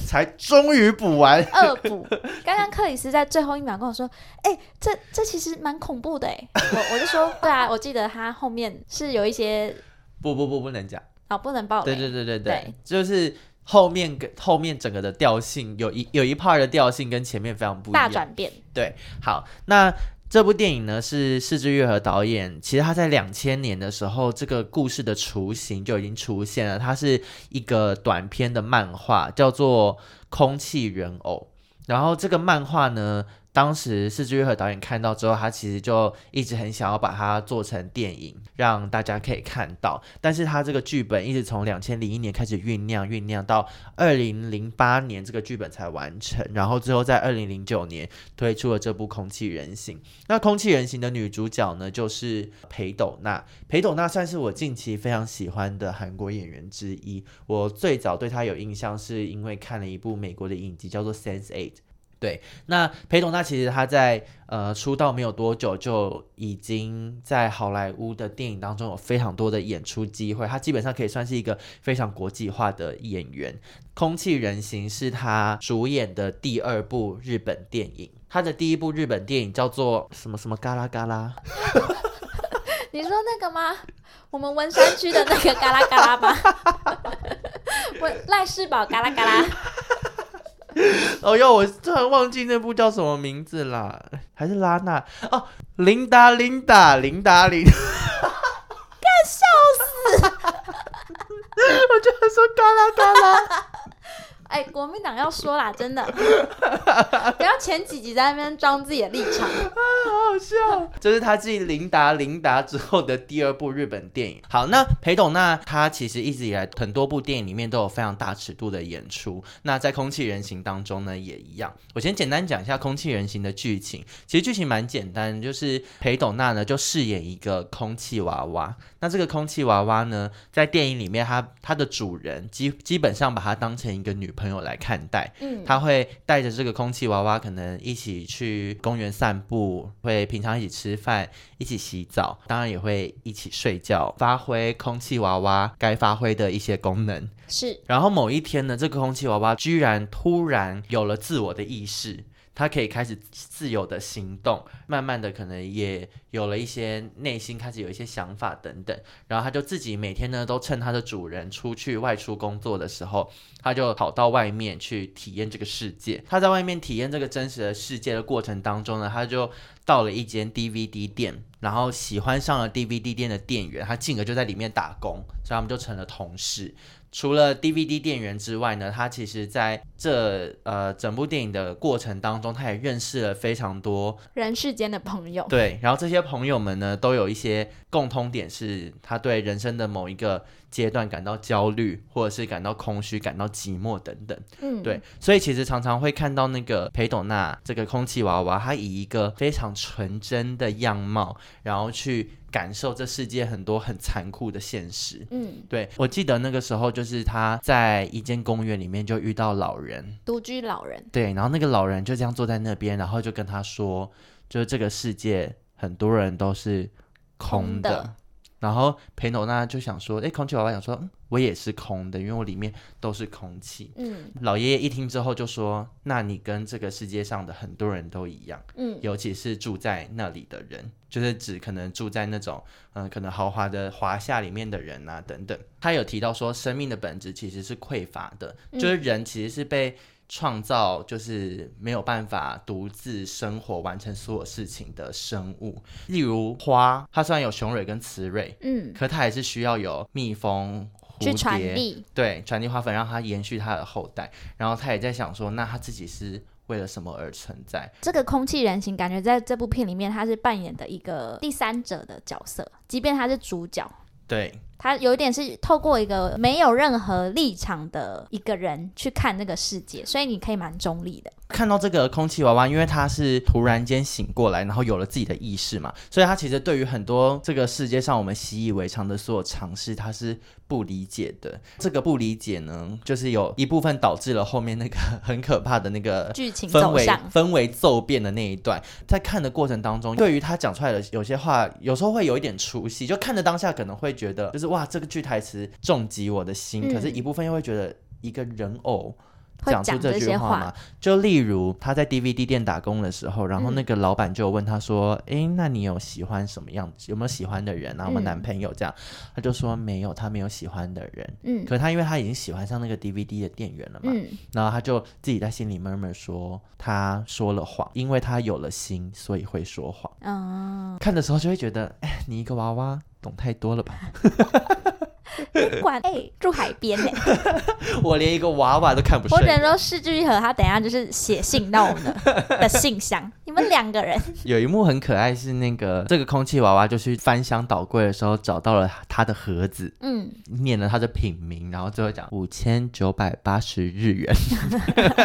S1: 才终于补完。
S2: 恶补。刚刚克里斯在最后一秒跟我说：“哎、这这其实蛮恐怖的哎。”我我就说：“对啊，我记得他后面是有一些
S1: 不不不，不能讲。
S2: 哦，不能爆雷。
S1: 对对对对对，
S2: 对
S1: 就是后面跟后面整个的调性有一有一 part 的调性跟前面非常不一
S2: 大
S1: 样。
S2: 转变，
S1: 对，好，那这部电影呢是世之月和导演，其实他在两千年的时候，这个故事的雏形就已经出现了，它是一个短篇的漫画，叫做《空气人偶》，然后这个漫画呢。当时世之月和导演看到之后，他其实就一直很想要把它做成电影，让大家可以看到。但是他这个剧本一直从两千零一年开始酝酿，酝酿到二零零八年这个剧本才完成，然后最后在二零零九年推出了这部《空气人形》。那《空气人形》的女主角呢，就是裴斗娜。裴斗娜算是我近期非常喜欢的韩国演员之一。我最早对她有印象，是因为看了一部美国的影集，叫做《Sense Eight》。对，那裴斗娜其实她在呃出道没有多久，就已经在好莱坞的电影当中有非常多的演出机会。她基本上可以算是一个非常国际化的演员。《空气人形》是他主演的第二部日本电影。他的第一部日本电影叫做什么什么嘎啦嘎啦，
S2: 你说那个吗？我们文山区的那个嘎啦嘎啦吧， 我赖世宝嘎啦嘎啦，
S1: 哦哟，我突然忘记那部叫什么名字啦，还是拉娜哦，琳达琳达琳达琳，干笑 死！我就说嘎啦嘎啦，
S2: 哎，国民党要说啦，真的，不要前几集在那边装自己的立场。
S1: 好笑。这是他继《琳达琳达》之后的第二部日本电影。好，那裴斗娜她其实一直以来很多部电影里面都有非常大尺度的演出。那在《空气人形》当中呢，也一样。我先简单讲一下《空气人形》的剧情。其实剧情蛮简单，就是裴斗娜呢就饰演一个空气娃娃。那这个空气娃娃呢，在电影里面它，它的主人基基本上把它当成一个女朋友来看待。
S2: 嗯，
S1: 他会带着这个空气娃娃，可能一起去公园散步，会平常一起吃饭，一起洗澡，当然也会一起睡觉，发挥空气娃娃该发挥的一些功能。
S2: 是
S1: 然后某一天呢，这个空气娃娃居然突然有了自我的意识。它可以开始自由的行动，慢慢的可能也有了一些内心，开始有一些想法等等。然后它就自己每天呢，都趁它的主人出去外出工作的时候，他就跑到外面去体验这个世界。他在外面体验这个真实的世界的过程当中呢，他就到了一间 DVD 店，然后喜欢上了 DVD 店的店员，他进而就在里面打工，所以他们就成了同事。除了 DVD 店员之外呢，他其实在这呃整部电影的过程当中，他也认识了非常多
S2: 人世间的朋友。
S1: 对，然后这些朋友们呢，都有一些共通点，是他对人生的某一个阶段感到焦虑，或者是感到空虚、感到寂寞等等。
S2: 嗯，
S1: 对，所以其实常常会看到那个裴斗娜这个空气娃娃，她以一个非常纯真的样貌，然后去感受这世界很多很残酷的现实。
S2: 嗯，
S1: 对，我记得那个时候，就是她在一间公园里面就遇到老人，
S2: 独居老人。
S1: 对，然后那个老人就这样坐在那边，然后就跟他说，就是这个世界很多人都是空
S2: 空
S1: 的。
S2: 的
S1: 然后裴斗娜就想说，哎，空气娃娃想说，嗯，我也是空的，因为我里面都是空气。
S2: 嗯
S1: 老爷爷一听之后就说，那你跟这个世界上的很多人都一样，
S2: 嗯，
S1: 尤其是住在那里的人，就是指可能住在那种嗯、呃可能豪华的华夏里面的人啊等等。他有提到说，生命的本质其实是匮乏的，
S2: 嗯
S1: 就是人其实是被创造，就是没有办法独自生活完成所有事情的生物。例如花，它虽然有雄蕊跟雌蕊，
S2: 嗯，
S1: 可它还是需要有蜜蜂。
S2: 去
S1: 蝴
S2: 传
S1: 蝶
S2: 递。
S1: 对，传递花粉让它延续它的后代，然后他也在想说，那他自己是为了什么而存在？
S2: 这个空气人形感觉在这部片里面，他是扮演的一个第三者的角色，即便他是主角，
S1: 对，
S2: 他有一点是透过一个没有任何立场的一个人去看这个世界，所以你可以蛮中立的。
S1: 看到这个空气娃娃，因为他是突然间醒过来，然后有了自己的意识嘛，所以他其实对于很多这个世界上我们习以为常的所有尝试，他是不理解的。这个不理解呢，就是有一部分导致了后面那个很可怕的那个
S2: 剧情
S1: 氛
S2: 走
S1: 围
S2: 向，
S1: 氛围骤变的那一段，在看的过程当中，对于他讲出来的有些话，有时候会有一点出戏，就看的当下可能会觉得就是哇，这个句台词重击我的心，
S2: 嗯
S1: 可是一部分又会觉得一个人偶。
S2: 会
S1: 讲出
S2: 讲这
S1: 句
S2: 些
S1: 话
S2: 话
S1: 吗？就例如他在 DVD 店打工的时候，然
S2: 嗯
S1: 后那个老板就有问他说：“诶，那你有喜欢什么样子？有没有喜欢的人啊？有没有
S2: 嗯
S1: 男朋友？”这样，他就说没有，他没有喜欢的人。
S2: 嗯
S1: 可他因为他已经喜欢上那个 DVD 的店员了嘛，
S2: 嗯，
S1: 然后他就自己在心里 murmur 说，他说了谎，因为他有了心，所以会说谎。
S2: 嗯，
S1: 看的时候就会觉得，哎，你一个娃娃懂太多了吧？
S2: 管哎、住海边呢、
S1: 我连一个娃娃都看不
S2: 我只能
S1: 顺。
S2: 说世居和他等一下就是写信到我们的的信箱，你们两个人
S1: 有一幕很可爱，是那个这个空气娃娃就去翻箱倒柜的时候，找到了他的盒子，
S2: 嗯，
S1: 念了他的品名，然后最后讲五千九百八十日元。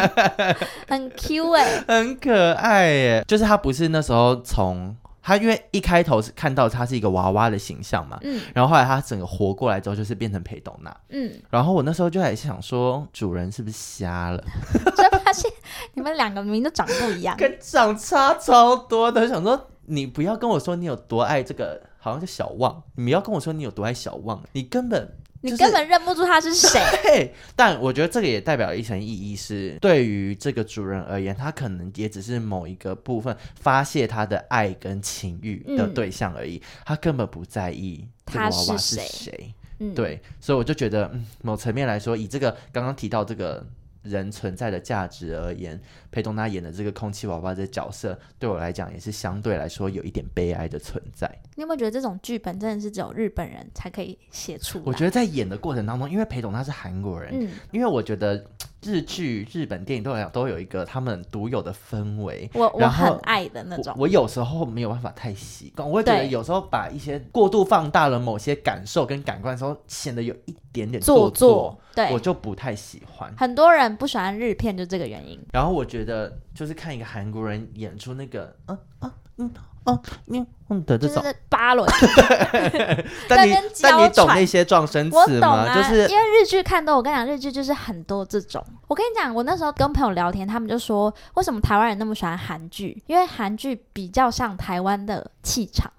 S2: 很 Q 哎、
S1: 很可爱耶。就是他不是那时候从他，因为一开头是看到他是一个娃娃的形象嘛，
S2: 嗯
S1: 然后后来他整个活过来之后，就是变成裴斗娜。
S2: 嗯，
S1: 然后我那时候就在想说，主人是不是瞎了？
S2: 就发现你们两个名都长不一样，
S1: 跟长差超多的，想说你不要跟我说你有多爱这个，好像叫小旺，你不要跟我说你有多爱小旺，你根本。
S2: 你
S1: 就是
S2: 根本认不出他是 谁。
S1: 嘿，但我觉得这个也代表一层意义是，对于这个主人而言，他可能也只是某一个部分发泄他的爱跟情欲的对象而已，他根本不在意这个
S2: 嗯他
S1: 娃娃
S2: 是
S1: 是
S2: 谁
S1: 谁。
S2: 嗯，
S1: 对，所以我就觉得，嗯，某层面来说，以这个刚刚提到这个人存在的价值而言，裴东他演的这个空气娃娃的角色，对我来讲也是相对来说有一点悲哀的存在。
S2: 你有没有觉得这种剧本真的是只有日本人才可以写出来？
S1: 我觉得在演的过程当中，因为裴董他是韩国人，
S2: 嗯
S1: 因为我觉得日剧、日本电影都有都有一个他们独有的氛围。
S2: 我我
S1: 然后
S2: 很爱的那
S1: 我
S2: 种。
S1: 我有时候没有办法太习惯，我会觉得
S3: 对
S1: 有时候把一些过度放大了某些感受跟感官的时候，显得有一点点
S2: 做
S1: 作，
S2: 对
S1: 我就不太喜欢。
S2: 很多人不喜欢日片，就这个原因。
S1: 然后我觉得就是看一个韩国人演出那个嗯嗯嗯嗯嗯的这
S2: 就是
S1: 种，
S2: 八 轮，
S1: 但你
S2: 在跟娇
S1: 但你懂
S2: 喘
S1: 那些撞声
S2: 我
S1: 词
S2: 懂
S1: 吗？
S2: 啊，
S1: 就是
S2: 因为日剧看多，我跟你讲，日剧就是很多这种。我跟你讲，我那时候跟朋友聊天，他们就说，为什么台湾人那么喜欢韩剧？因为韩剧比较像台湾的气场，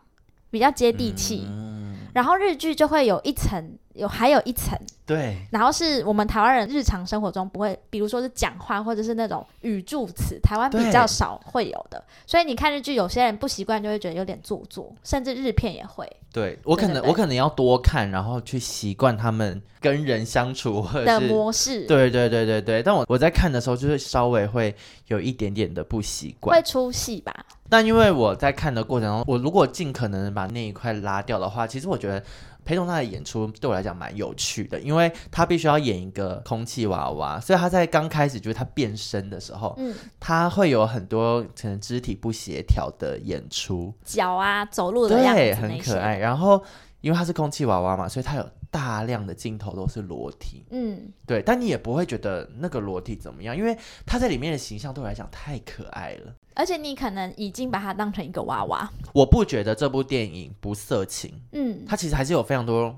S2: 比较接地气，
S1: 嗯
S2: 然后日剧就会有一层，有还有一层，
S1: 对
S2: 然后是我们台湾人日常生活中不会，比如说是讲话或者是那种语助词，台湾比
S1: 对
S2: 较少会有的。所以你看日剧，有些人不习惯就会觉得有点做作，甚至日片也会
S1: 对，我可
S2: 对
S1: 能
S2: 对
S1: 我可能要多看，然后去习惯他们跟人相处或者
S2: 的
S1: 是
S2: 模式。
S1: 对对对对对，但我我在看的时候，就是稍微会有一点点的不习
S2: 会
S1: 惯。
S2: 出戏吧？
S1: 但因为我在看的过程中，我如果尽可能把那一块拉掉的话，其实我觉得裴同他的演出对我来讲蛮有趣的，因为他必须要演一个空气娃娃，所以他在刚开始就是他变身的时候，
S2: 嗯，
S1: 他会有很多可能肢体不协调的演出，
S2: 脚啊，走路的样子
S1: 对，
S2: 那
S1: 很
S2: 些
S1: 可爱。。然后因为他是空气娃娃嘛，所以他有大量的镜头都是裸体，
S2: 嗯，
S1: 对，但你也不会觉得那个裸体怎么样，因为他在里面的形象对我来讲太可爱了。
S2: 而且你可能已经把它当成一个娃娃。
S1: 我不觉得这部电影不色情，
S2: 嗯，
S1: 它其实还是有非常多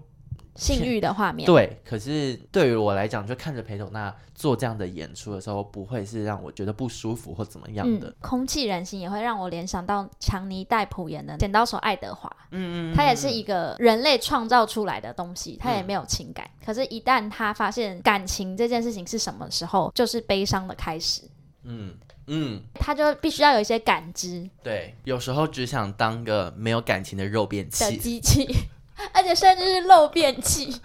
S2: 性欲的画面。
S1: 对。可是对于我来讲，就看着裴斗娜做这样的演出的时候，不会是让我觉得不舒服或怎么样的
S2: 嗯。，空气人形也会让我联想到强尼戴普演的《剪刀手爱德华》，
S1: 嗯嗯，嗯
S2: 它也是一个人类创造出来的东西，它也没有情感。可是，一旦他发现感情这件事情是什么时候，就是悲伤的开始，
S1: 嗯嗯，
S2: 他就必须要有一些感知
S1: 对。有时候只想当个没有感情的肉便
S2: 的
S1: 器。
S2: 机器，而且甚至是漏便器。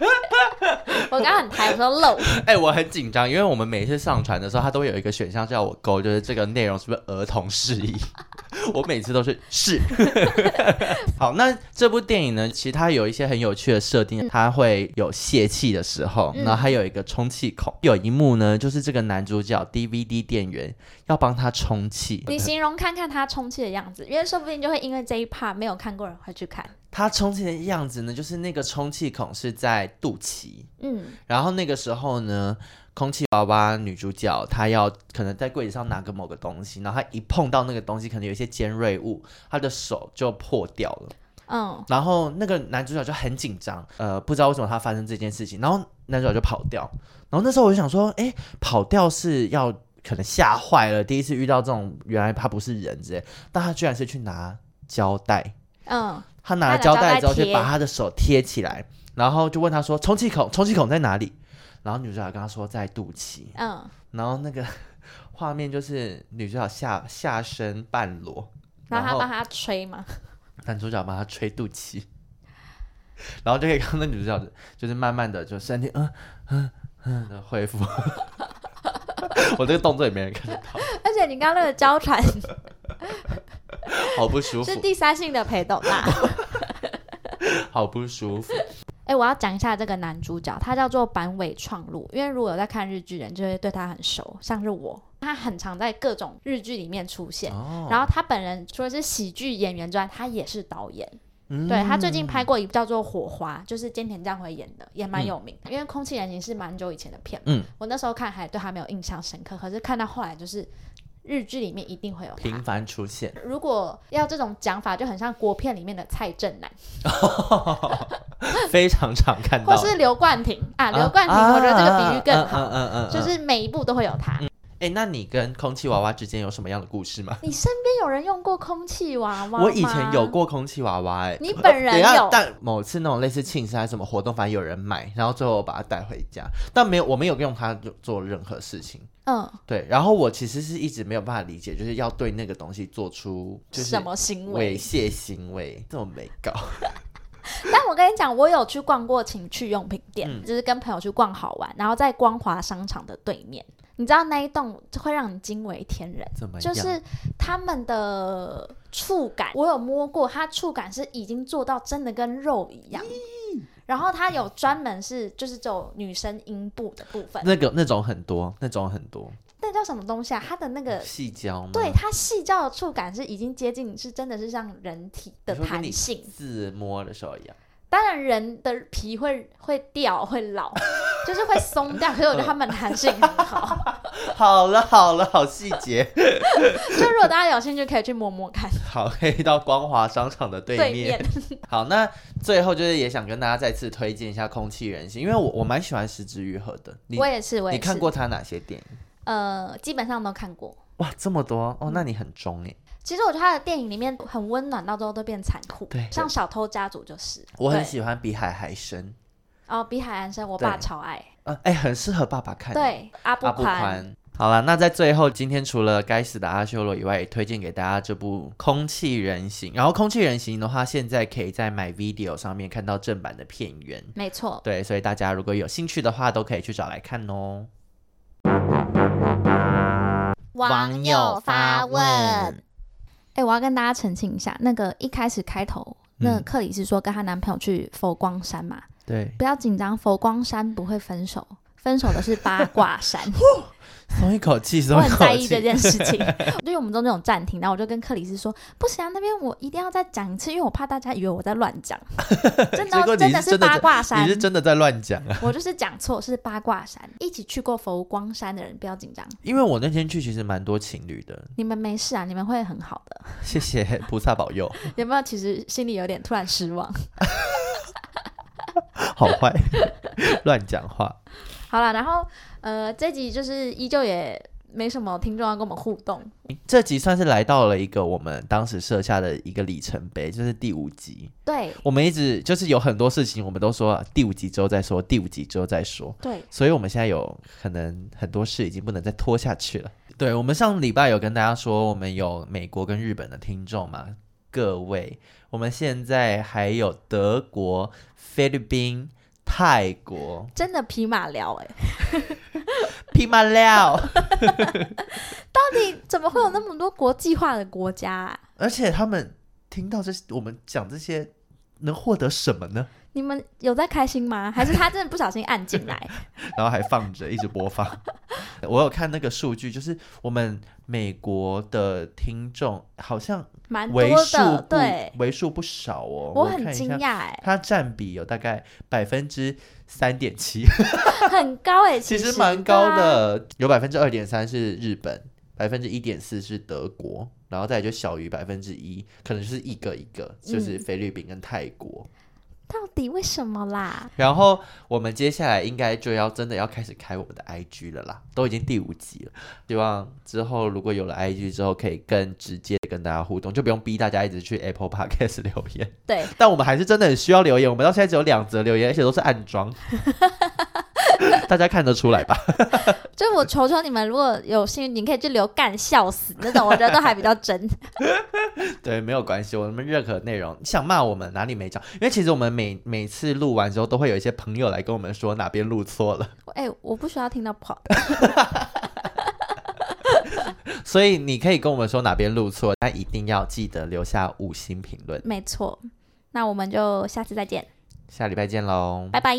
S2: 我刚刚很抬，我说漏，
S1: 哎、我很紧张，因为我们每一次上传的时候，它都会有一个选项叫我勾，就是这个内容是不是儿童适宜。 我每次都是是。 好，那这部电影呢，其实它有一些很有趣的设定，它会有泄气的时候，
S2: 嗯
S1: 然后还有一个充气孔。有一幕呢，就是这个男主角 DVD 店员要帮他充气，
S2: 你形容看看他充气的样子，因为说不定就会因为这一 part 没有看过人会去看。
S1: 他充气的样子呢，就是那个充气孔是在肚脐，
S2: 嗯，
S1: 然后那个时候呢，空气娃娃女主角她要可能在柜子上拿个某个东西，然后她一碰到那个东西，可能有一些尖锐物，她的手就破掉了。
S2: 嗯，
S1: 然后那个男主角就很紧张，呃，不知道为什么他发生这件事情，然后男主角就跑掉。然后那时候我就想说，诶，跑掉是要可能吓坏了，第一次遇到这种原来他不是人之类，但他居然是去拿胶带。
S2: 嗯，
S1: 他拿了
S2: 他拿
S1: 胶
S2: 胶带
S1: 带之后，就
S2: 贴
S1: 把他的手贴起来，然后就问他说：“充气孔，充气孔在哪里？”然后女主角跟他说在肚脐，
S2: 嗯，
S1: 然后那个画面就是女主角下下身半裸，
S2: 然
S1: 然
S2: 后他
S1: 后
S2: 帮他吹嘛，
S1: 男主角帮她吹肚脐， 然后就可以看到女主角 就是慢慢的就身体嗯嗯嗯的恢复。 我这个动作也没人看得到，
S2: 而且你刚刚那个娇喘
S1: 好不舒
S2: 是
S1: 服，
S2: 第三性的裴斗娜。
S1: 好不舒服。
S2: 哎、我要讲一下这个男主角，他叫做板尾创路。因为如果有在看日剧的人，就会对他很熟，像是我，他很常在各种日剧里面出现。
S1: 哦，
S2: 然后他本人除了是喜剧演员之外，他也是导演。
S1: 嗯
S2: 对他最近拍过一部叫做《火花》，就是菅田将晖演的，也蛮有名。因为《空气人形》是蛮久以前的片，
S1: 嗯，
S2: 我那时候看还对他没有印象深刻，可是看到后来就是日剧里面一定会有
S1: 嗯频
S2: 他。
S1: 繁出现，
S2: 如果要这种讲法，就很像国片里面的蔡正南，
S1: 非常常看
S2: 或
S1: 到。
S2: 是刘冠廷啊，
S1: 啊
S2: 刘冠廷，我觉得这个比喻更
S1: 嗯
S2: 好，
S1: 嗯嗯嗯，
S2: 就
S1: 哎、
S2: 是每一部都会有他。
S1: 诶那你跟空气娃娃之间有什么样的故事吗？
S2: 你身边有人用过空气娃娃吗？
S1: 我以前有，过空气娃娃、诶。哎。
S2: 你本
S1: 等
S2: 人
S1: 一下
S2: 有，
S1: 但某次那种类似庆生还是什么活动，反正有人买，然后最后我把它带回家，但没有，我没有用它做任何事情。
S2: 嗯，
S1: 对，然后我其实是一直没有办法理解，就是要对那个东西做出就是
S2: 什么行
S1: 猥
S2: 为？
S1: 亵行为，这么没搞。
S2: 但我跟你讲，我有去逛过情趣用品店，
S1: 嗯
S2: 就是跟朋友去逛好玩，然后在光华商场的对面，你知道那一栋会让你惊为天人，
S1: 怎么样？
S2: 就是他们的触感，我有摸过，它触感是已经做到真的跟肉一样。然后它有专门是就是走女生阴部的部分，
S1: 那个那种很多，那种很多
S2: 那叫什么东西啊？它的那个
S1: 细胶吗？
S2: 对它细胶的触感是已经接近，是真的是像人体的
S1: 你说跟
S2: 弹
S1: 你
S2: 性。
S1: 自摸的时候一样。
S2: 当然，人的皮会会掉会 老，就是会松掉。可是我觉得它们弹性很好，
S4: 好了好了，好细节，
S2: 就如果大家有兴趣，可以去摸摸看。
S1: 好，可以到光华商场的对
S2: 对
S1: 面。
S2: 面
S1: 好，那最后就是也想跟大家再次推荐一下《空气人形》，因为我我蛮喜欢石之愈合的。你
S2: 我也是，我也
S1: 你
S2: 是
S1: 看过他哪些电影？
S2: 呃，基本上都看过。
S1: 哇，这么多
S2: 嗯
S1: 哦，那你很中哎，
S2: 其实我觉得他的电影里面很温暖，到最后都变残酷。
S1: 对
S2: 像《小偷家族》就是，
S1: 我很
S2: 对
S1: 喜欢《比海还深
S2: 哦，《比海岸生》，我爸
S1: 对
S2: 超爱。》
S1: 啊，哎，很适合爸爸看。，
S2: 对，阿布
S1: 阿布
S2: 宽，
S1: 宽。好了，那在最后，今天除了《该死的阿修罗》以外，也推荐给大家这部《空气人形》。然后，《空气人形》的话，现在可以在 My Video 上面看到正版的片源。
S2: 没错。
S1: 对，所以大家如果有兴趣的话，都可以去找来看哦。
S2: 网友发问，哎、我要跟大家澄清一下，那个一开始开头，那
S1: 嗯
S2: 克里斯说跟她男朋友去佛光山嘛，
S1: 对，
S2: 不要紧张，佛光山不会分手，分手的是八卦 山。
S1: 松一口气，松
S2: 我
S1: 一
S2: 很在
S1: 口
S2: 意这
S1: 气。
S2: 件事情， 因为我们中间有暂停，然后我就跟克里斯说，不行啊，那边我一定要再讲一次，因为我怕大家以为我在乱 讲，真的
S1: 结果
S2: 哦
S1: 你
S2: 真
S1: 是
S2: 的
S1: 真的
S2: 八
S1: 在
S2: 卦山
S1: 你，是真的在乱讲啊！
S2: 我就是讲错是八卦山，一起去过佛光山的人不要紧张，
S1: 因为我那天去其实蛮多情侣的，
S2: 你们没事啊，你们会很好 的，
S1: 谢谢菩萨保佑，
S2: 有没有？其实心里有点突然失望。
S1: 好坏 乱讲话。
S2: 好了，然后呃，这集就是依旧也没什么听众要跟我们互动，
S1: 这集算是来到了一个我们当时设下的一个里程碑，就是第五集。
S2: 对
S1: 我们一直就是有很多事情，我们都说啊第五集之后再说，第五集之后再说。
S2: 对，
S1: 所以我们现在有可能很多事已经不能再拖下去了。对，我们上礼拜有跟大家说，我们有美国跟日本的听众嘛，各位，我们现在还有德国、菲律宾、泰国，
S2: 真的匹马聊哎、
S1: 匹马料，
S2: 到底怎么会有那么多国际化的国家、啊？
S1: 而且他们听到这我们讲这些，能获得什么呢？
S2: 你们有在开心吗？还是他真的不小心按 进来？
S1: 然后还放着一直播放。 我有看那个数据，就是我们美国的听众好像
S2: 蛮多
S1: 为数
S2: 的，
S1: 不
S2: 对，
S1: 为数不少哦。
S2: 我
S1: 我
S2: 很
S1: 看一
S2: 惊
S1: 下，
S2: 讶哎，
S1: 它占比有大概百分之三点七，
S2: 很高 哎，
S1: 其
S2: 实
S1: 实蛮高。
S2: 对啊
S1: 的，有百分之二点三是日本，百分之一点四是德国，然后再来就小于百分之一，可能就是一个一个，就是
S2: 嗯
S1: 菲律宾跟泰国。
S2: 到底为什么啦？
S1: 然后我们接下来应该就要真的要开始开我们的 IG 了啦，都已经第五集了。希望之后如果有了 IG 之后，可以更直接地跟大家互动，就不用逼大家一直去 Apple Podcast 留言。
S2: 对，
S1: 但我们还是真的很需要留言，我们到现在只有两则留言，而且都是暗装， 大家看得出来吧？
S2: 就我求求你们，如果有幸运，你可以去留干笑死那种，我觉得都还比较真。
S1: 对，没有关系，我们任何内容你想骂我们哪里没讲，因为其实我们每每次录完之后，都会有一些朋友来跟我们说哪边录错了，
S2: 哎、我不需要听到跑，
S1: 所以你可以跟我们说哪边录错，但一定要记得留下五星评论。
S2: 没错。那我们就下次再见，
S1: 下礼拜见喽，
S2: 拜拜。